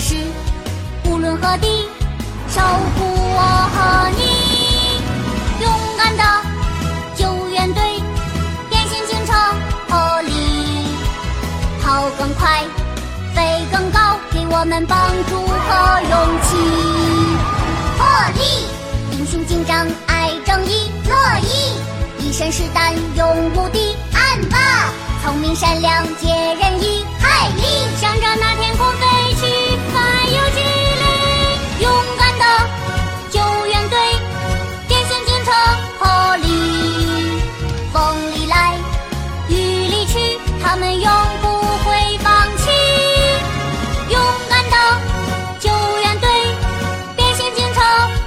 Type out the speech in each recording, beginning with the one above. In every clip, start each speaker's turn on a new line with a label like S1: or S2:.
S1: 志，无论何地，守护我和你。勇敢的救援队，变形警车破例，跑更快，飞更高，给我们帮助和勇气。破例，英雄警长爱正义，乐意，一身是胆勇无敌，暗霸，聪明善良解人意，海力，向着那天空飞去，还有激励，勇敢的救援队，变形警车破例，风里来，雨里去，他们永不会放弃。勇敢的救援队，变形警车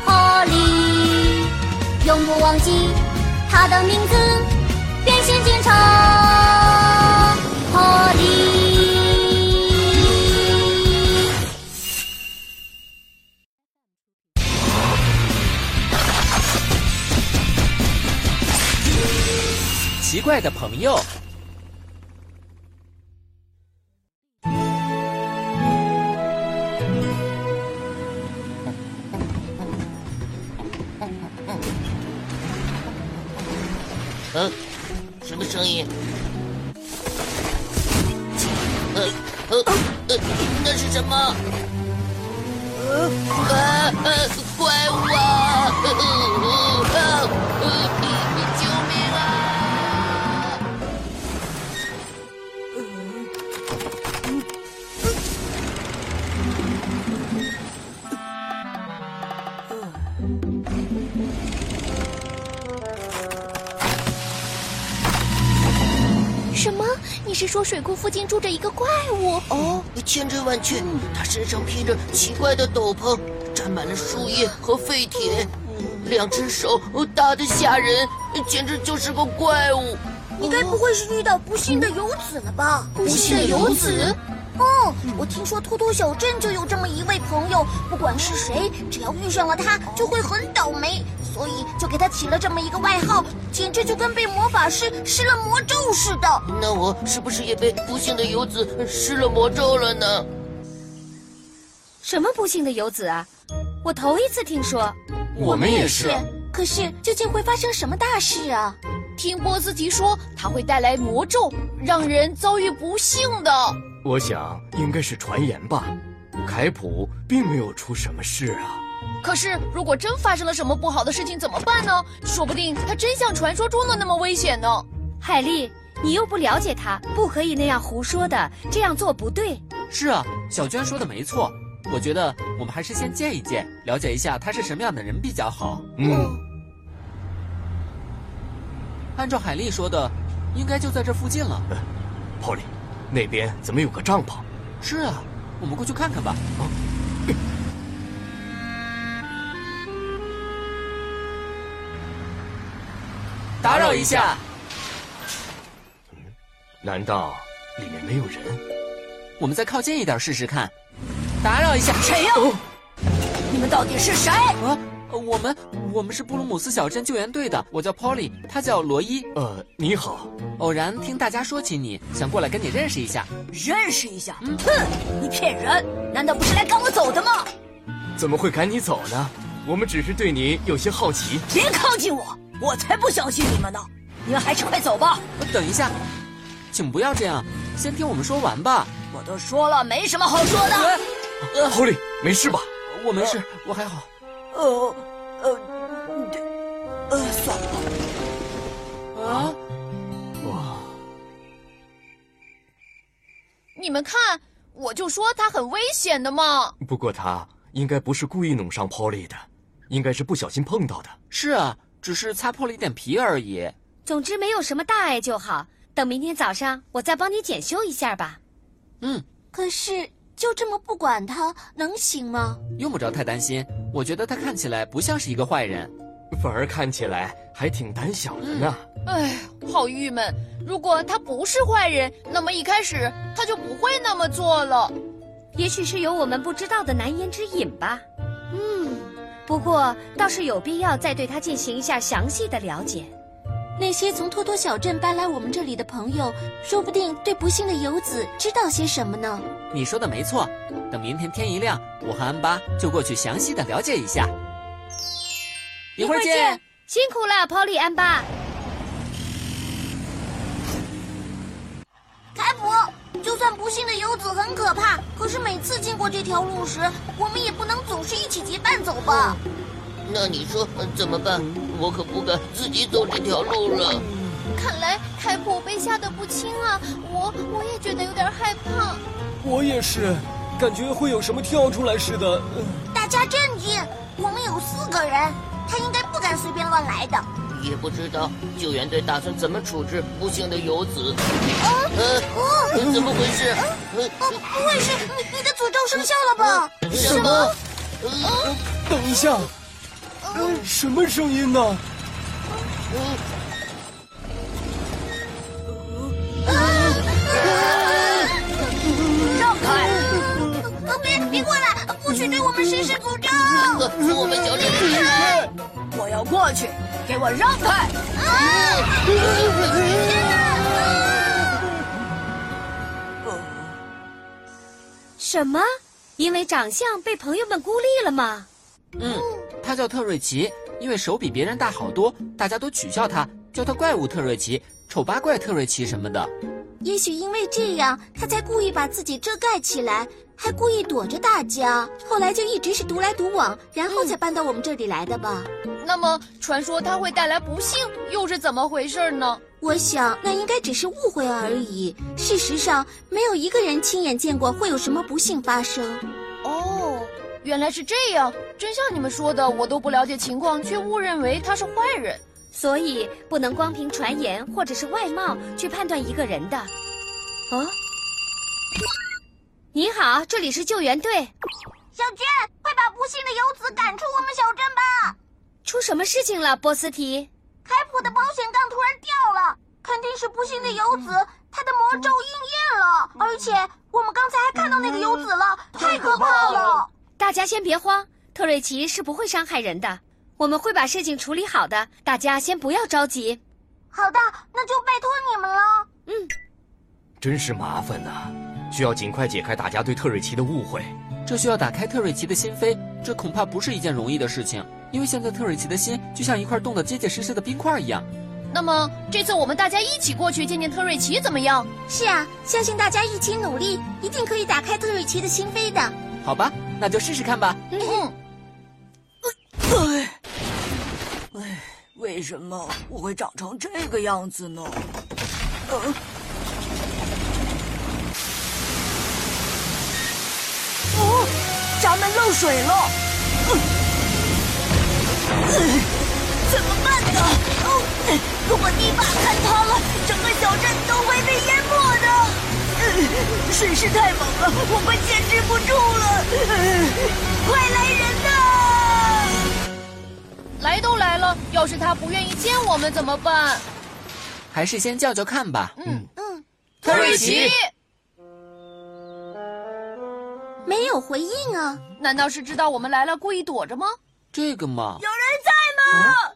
S1: 破例，永不忘记他的名字，变形警车破例。
S2: 奇怪的朋友。
S3: 嗯，什么声音？呃呃呃，那是什么？啊啊！怪物啊！呵呵啊呃救命啊！
S4: 什么？你是说水库附近住着一个怪物？
S3: 哦，千真万确，他身上披着奇怪的斗篷，沾满了树叶和废铁，两只手大的吓人，简直就是个怪物。
S5: 你该不会是遇到不幸的游子了吧？
S3: 不幸的游子？
S5: 哦，我听说突突小镇就有这么一位朋友，不管是谁，只要遇上了他，就会很倒霉，所以就给他起了这么一个外号，简直就跟被魔法师施了魔咒似的。
S3: 那我是不是也被不幸的游子施了魔咒了呢？
S4: 什么不幸的游子啊？我头一次听说。
S2: 我们也是。
S5: 可是究竟会发生什么大事啊？
S4: 听波斯提说，它会带来魔咒，让人遭遇不幸的。
S6: 我想应该是传言吧。凯普并没有出什么事啊。
S4: 可是，如果真发生了什么不好的事情怎么办呢？说不定它真像传说中的那么危险呢。海丽，你又不了解他，不可以那样胡说的，这样做不对。
S2: 是啊，小娟说的没错。我觉得我们还是先见一见，了解一下他是什么样的人比较好。
S6: 嗯，
S2: 按照海丽说的，应该就在这附近了。
S6: 泡利，那边怎么有个帐篷？
S2: 是啊，我们过去看看吧。
S6: 哦
S2: 打扰一下，
S6: 难道里面没有人？
S2: 我们再靠近一点试试看。打扰一下，谁呀、
S5: 你们到底是谁？
S2: 啊，我们我们是布鲁姆斯小镇救援队的，我叫 Polly，他叫罗伊。
S6: 呃，你好，
S2: 偶然听大家说起你，想过来跟你认识一下。
S5: 认识一下？哼，你骗人！难道不是来赶我走的吗？
S6: 怎么会赶你走呢？我们只是对你有些好奇。
S5: 别靠近我，我才不相信你们呢！你们还是快走吧。
S2: 呃等一下，请不要这样，先听我们说完吧。
S5: 我都说了，没什么好说的。
S2: 呃，
S6: 泡利，没事吧？
S2: 我没事，我还好。
S5: 呃，呃，对，呃，算了吧。
S2: 啊，
S6: 哇，
S4: 你们看，我就说它很危险的嘛。
S6: 不过他应该不是故意弄伤泡利的，应该是不小心碰到的。
S2: 是啊，只是擦破了一点皮而已。
S7: 总之没有什么大碍就好。等明天早上我再帮你检修一下吧。
S2: 嗯，
S5: 可是就这么不管他，能行吗？
S2: 用不着太担心，我觉得他看起来不像是一个坏人。
S6: 反而看起来还挺胆小的呢。
S4: 唉，好郁闷。如果他不是坏人，那么一开始他就不会那么做了。
S7: 也许是有我们不知道的难言之隐吧。嗯，不过倒是有必要再对它进行一下详细的了解。
S4: 那些从托托小镇搬来我们这里的朋友，说不定对不幸的游子知道些什么呢？
S2: 你说的没错，等明天天一亮，我和安巴就过去详细的了解一下。一会儿见。，
S8: 辛苦了，Polly 安巴。
S1: 凯普，就算不幸的游子很可怕，可是每次经过这条路时，我们也不能总是一起结伴走吧？
S3: 那你说呃怎么办？我可不敢自己走这条路了。
S4: 看来开普被吓得不轻啊，我我也觉得有点害怕。
S9: 我也是，感觉会有什么跳出来似的。呃
S1: 大家镇静，我们有四个人，他应该不敢随便乱来的。
S3: 也不知道救援队打算怎么处置不幸的游子。呃，
S1: 哦，
S3: 呃怎么回事？呃
S1: 哦，不会是你你的诅咒生效了吧？
S3: 什么？呃
S9: 等一下，呃，什么声音呢？
S3: 呃
S1: 让开！呃别别过来，不许对我们实施诅咒！
S3: 呃我们小心！
S2: 嗯
S4: 我要过去，给我让开！
S8: 什么？因为长相被朋友们孤立了吗？
S2: 嗯，他叫特瑞奇，因为手比别人大好多，大家都取笑他，叫他怪物特瑞奇、丑八怪特瑞奇什么的。
S1: 也许因为这样，他才故意把自己遮盖起来，还故意躲着大家。后来就一直是独来独往，然后才搬到我们这里来的吧？
S4: 那么，传说它会带来不幸，又是怎么回事呢？
S1: 我想那应该只是误会而已。事实上，没有一个人亲眼见过会有什么不幸发生。
S4: 哦，原来是这样，真像你们说的，我都不了解情况，却误认为他是坏人。
S8: 所以不能光凭传言或者是外貌去判断一个人的。哦，您好，这里是救援队，
S1: 小娟，快把不幸的游子赶出我们小镇吧！
S8: 出什么事情了，波斯提？
S1: 凯普的保险杠突然掉了，肯定是不幸的游子，他的魔咒应验了。而且我们刚才还看到那个游子了，太嗯可怕了！
S8: 大家先别慌，特瑞奇是不会伤害人的，我们会把事情处理好的，大家先不要着急。
S1: 好的，那就拜托你们了。
S6: 真是麻烦呐、需要尽快解开大家对特瑞奇的误会。
S2: 这需要打开特瑞奇的心扉，这恐怕不是一件容易的事情，因为现在特瑞奇的心就像一块冻得结结实实的冰块一样。
S4: 那么这次我们大家一起过去见见特瑞奇怎么样？
S1: 是啊，相信大家一起努力，一定可以打开特瑞奇的心扉的。
S2: 好吧，那就试试看吧。
S4: 嗯，
S10: 为什么我会长成这个样子呢？呃，哦，闸门漏水了，呃呃怎么办呢？哦，呃如果堤坝坍塌了，整个小镇都会被淹没的。呃水势太猛了，我快坚持不住了，呃快来人呐！
S4: 来都来了，要是他不愿意见我们怎么办？
S2: 还是先叫叫看吧。
S4: 嗯
S2: 特瑞
S4: 奇，
S1: 没有回应啊！
S4: 难道是知道我们来了故意躲着吗？
S2: 这个嘛，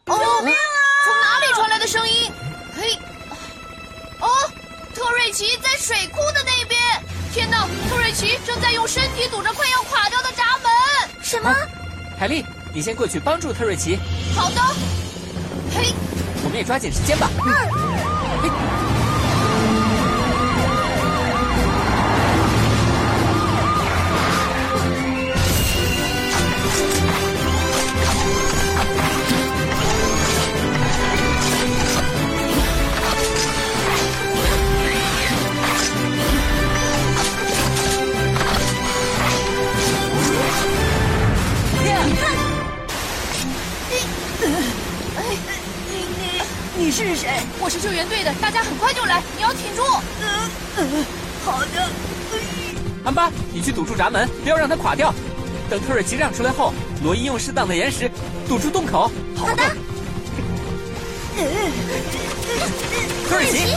S1: 哦
S4: 救命啊！从哪里传来的声音？嘿，哦，特瑞奇在水库的那边。天哪，特瑞奇正在用身体堵着快要垮掉的闸门。
S1: 什么？
S2: 海丽，啊你先过去帮助特瑞奇，
S4: 好的，嘿，
S2: 我们也抓紧时间吧。
S10: 你是谁？
S4: 我是救援队的，大家很快就来，你要挺住。
S2: 嗯
S10: 呃呃，好的。
S2: 安巴，你去堵住闸门，不要让它垮掉。等特瑞奇让出来后，罗伊用适当的岩石堵住洞口。好的。特瑞奇，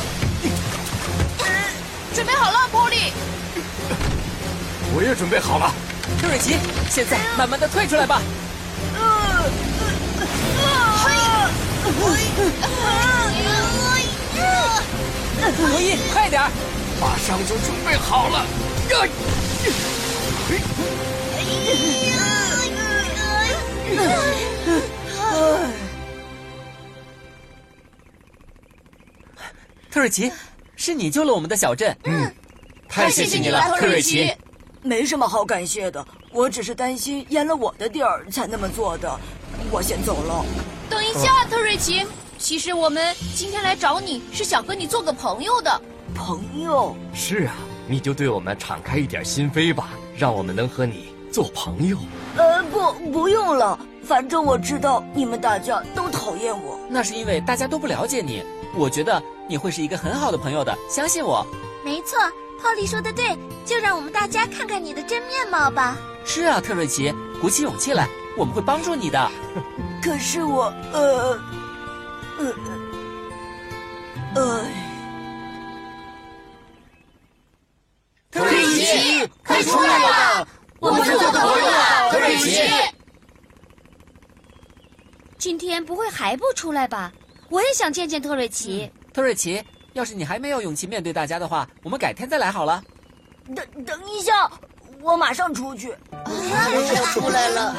S4: 准备好了，波利。
S6: 我也准备好了。
S2: 特瑞奇，现在慢慢的退出来吧。罗伊，快点儿！
S6: 马上就准备好了。呀
S2: 特瑞奇，是你救了我们的小镇。嗯，
S10: 哎
S2: 太谢哎谢你了，特瑞奇。
S10: 没什么好感谢的，我只是担心淹了我的地儿才那么做的。我先走了。
S4: 等一下，特瑞奇，其实我们今天来找你是想和你做个朋友的。
S10: 朋友，
S6: 是啊，你就对我们敞开一点心扉吧，让我们能和你做朋友。
S10: 呃，不，不用了，反正我知道你们大家都讨厌我。
S2: 那是因为大家都不了解你，我觉得你会是一个很好的朋友的，相信我。
S5: 没错，泡利说的对，就让我们大家看看你的真面貌吧。
S2: 是啊，特瑞奇，鼓起勇气来，我们会帮助你的。
S10: 可是我，呃，呃，呃，
S2: 特瑞奇，快出来吧！我们是做朋友了，特瑞奇。
S7: 今天不会还不出来吧？我也想见见特瑞奇。
S2: 特瑞奇，要是你还没有勇气面对大家的话，我们改天再来好了。
S10: 等等一下，我马上出去。
S3: 我出来了。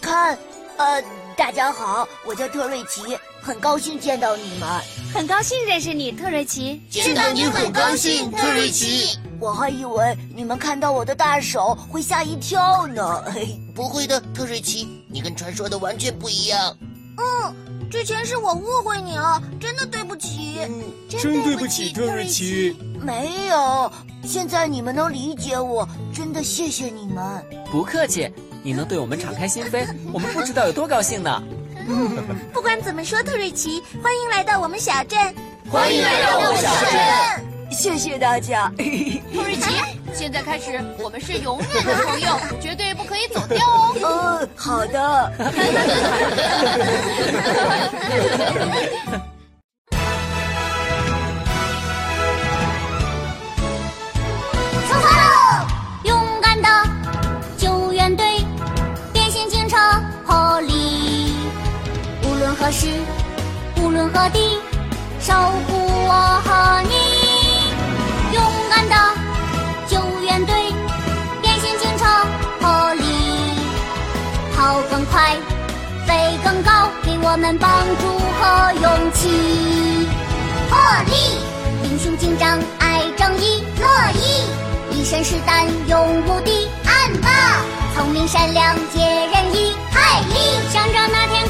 S10: 看，呃，大家好，我叫特瑞奇，很高兴见到你们。
S7: 很高兴认识你，特瑞奇。
S3: 见到你很高兴，特瑞奇。
S10: 我还以为你们看到我的大手会吓一跳呢。 嘿，
S3: 不会的，特瑞奇，你跟传说的完全不一样。
S5: 之前是我误会你了，真的对不起。
S11: 嗯真对不起，特瑞奇。
S10: 没有，现在你们能理解我，真的谢谢你们。
S2: 不客气，你能对我们敞开心扉，我们不知道有多高兴呢。
S5: 不管怎么说，特瑞奇，欢迎来到我们小镇。
S3: 欢迎来到我小镇。
S10: 谢谢大家。
S4: 特瑞奇，现在开始，我们是永远的朋 友，绝对不可以走掉哦。
S10: 呃，好的。
S1: 出发喽！勇敢的救援队，变形警车破例，无论何时，无论何地，守护我和你。勇敢的救援队，变形警车破例，跑更快，飞更高，给我们帮助和勇气。破例，英雄警长爱正义，乐意一身是胆勇无敌，暗霸聪明善良解人意，海力向着那天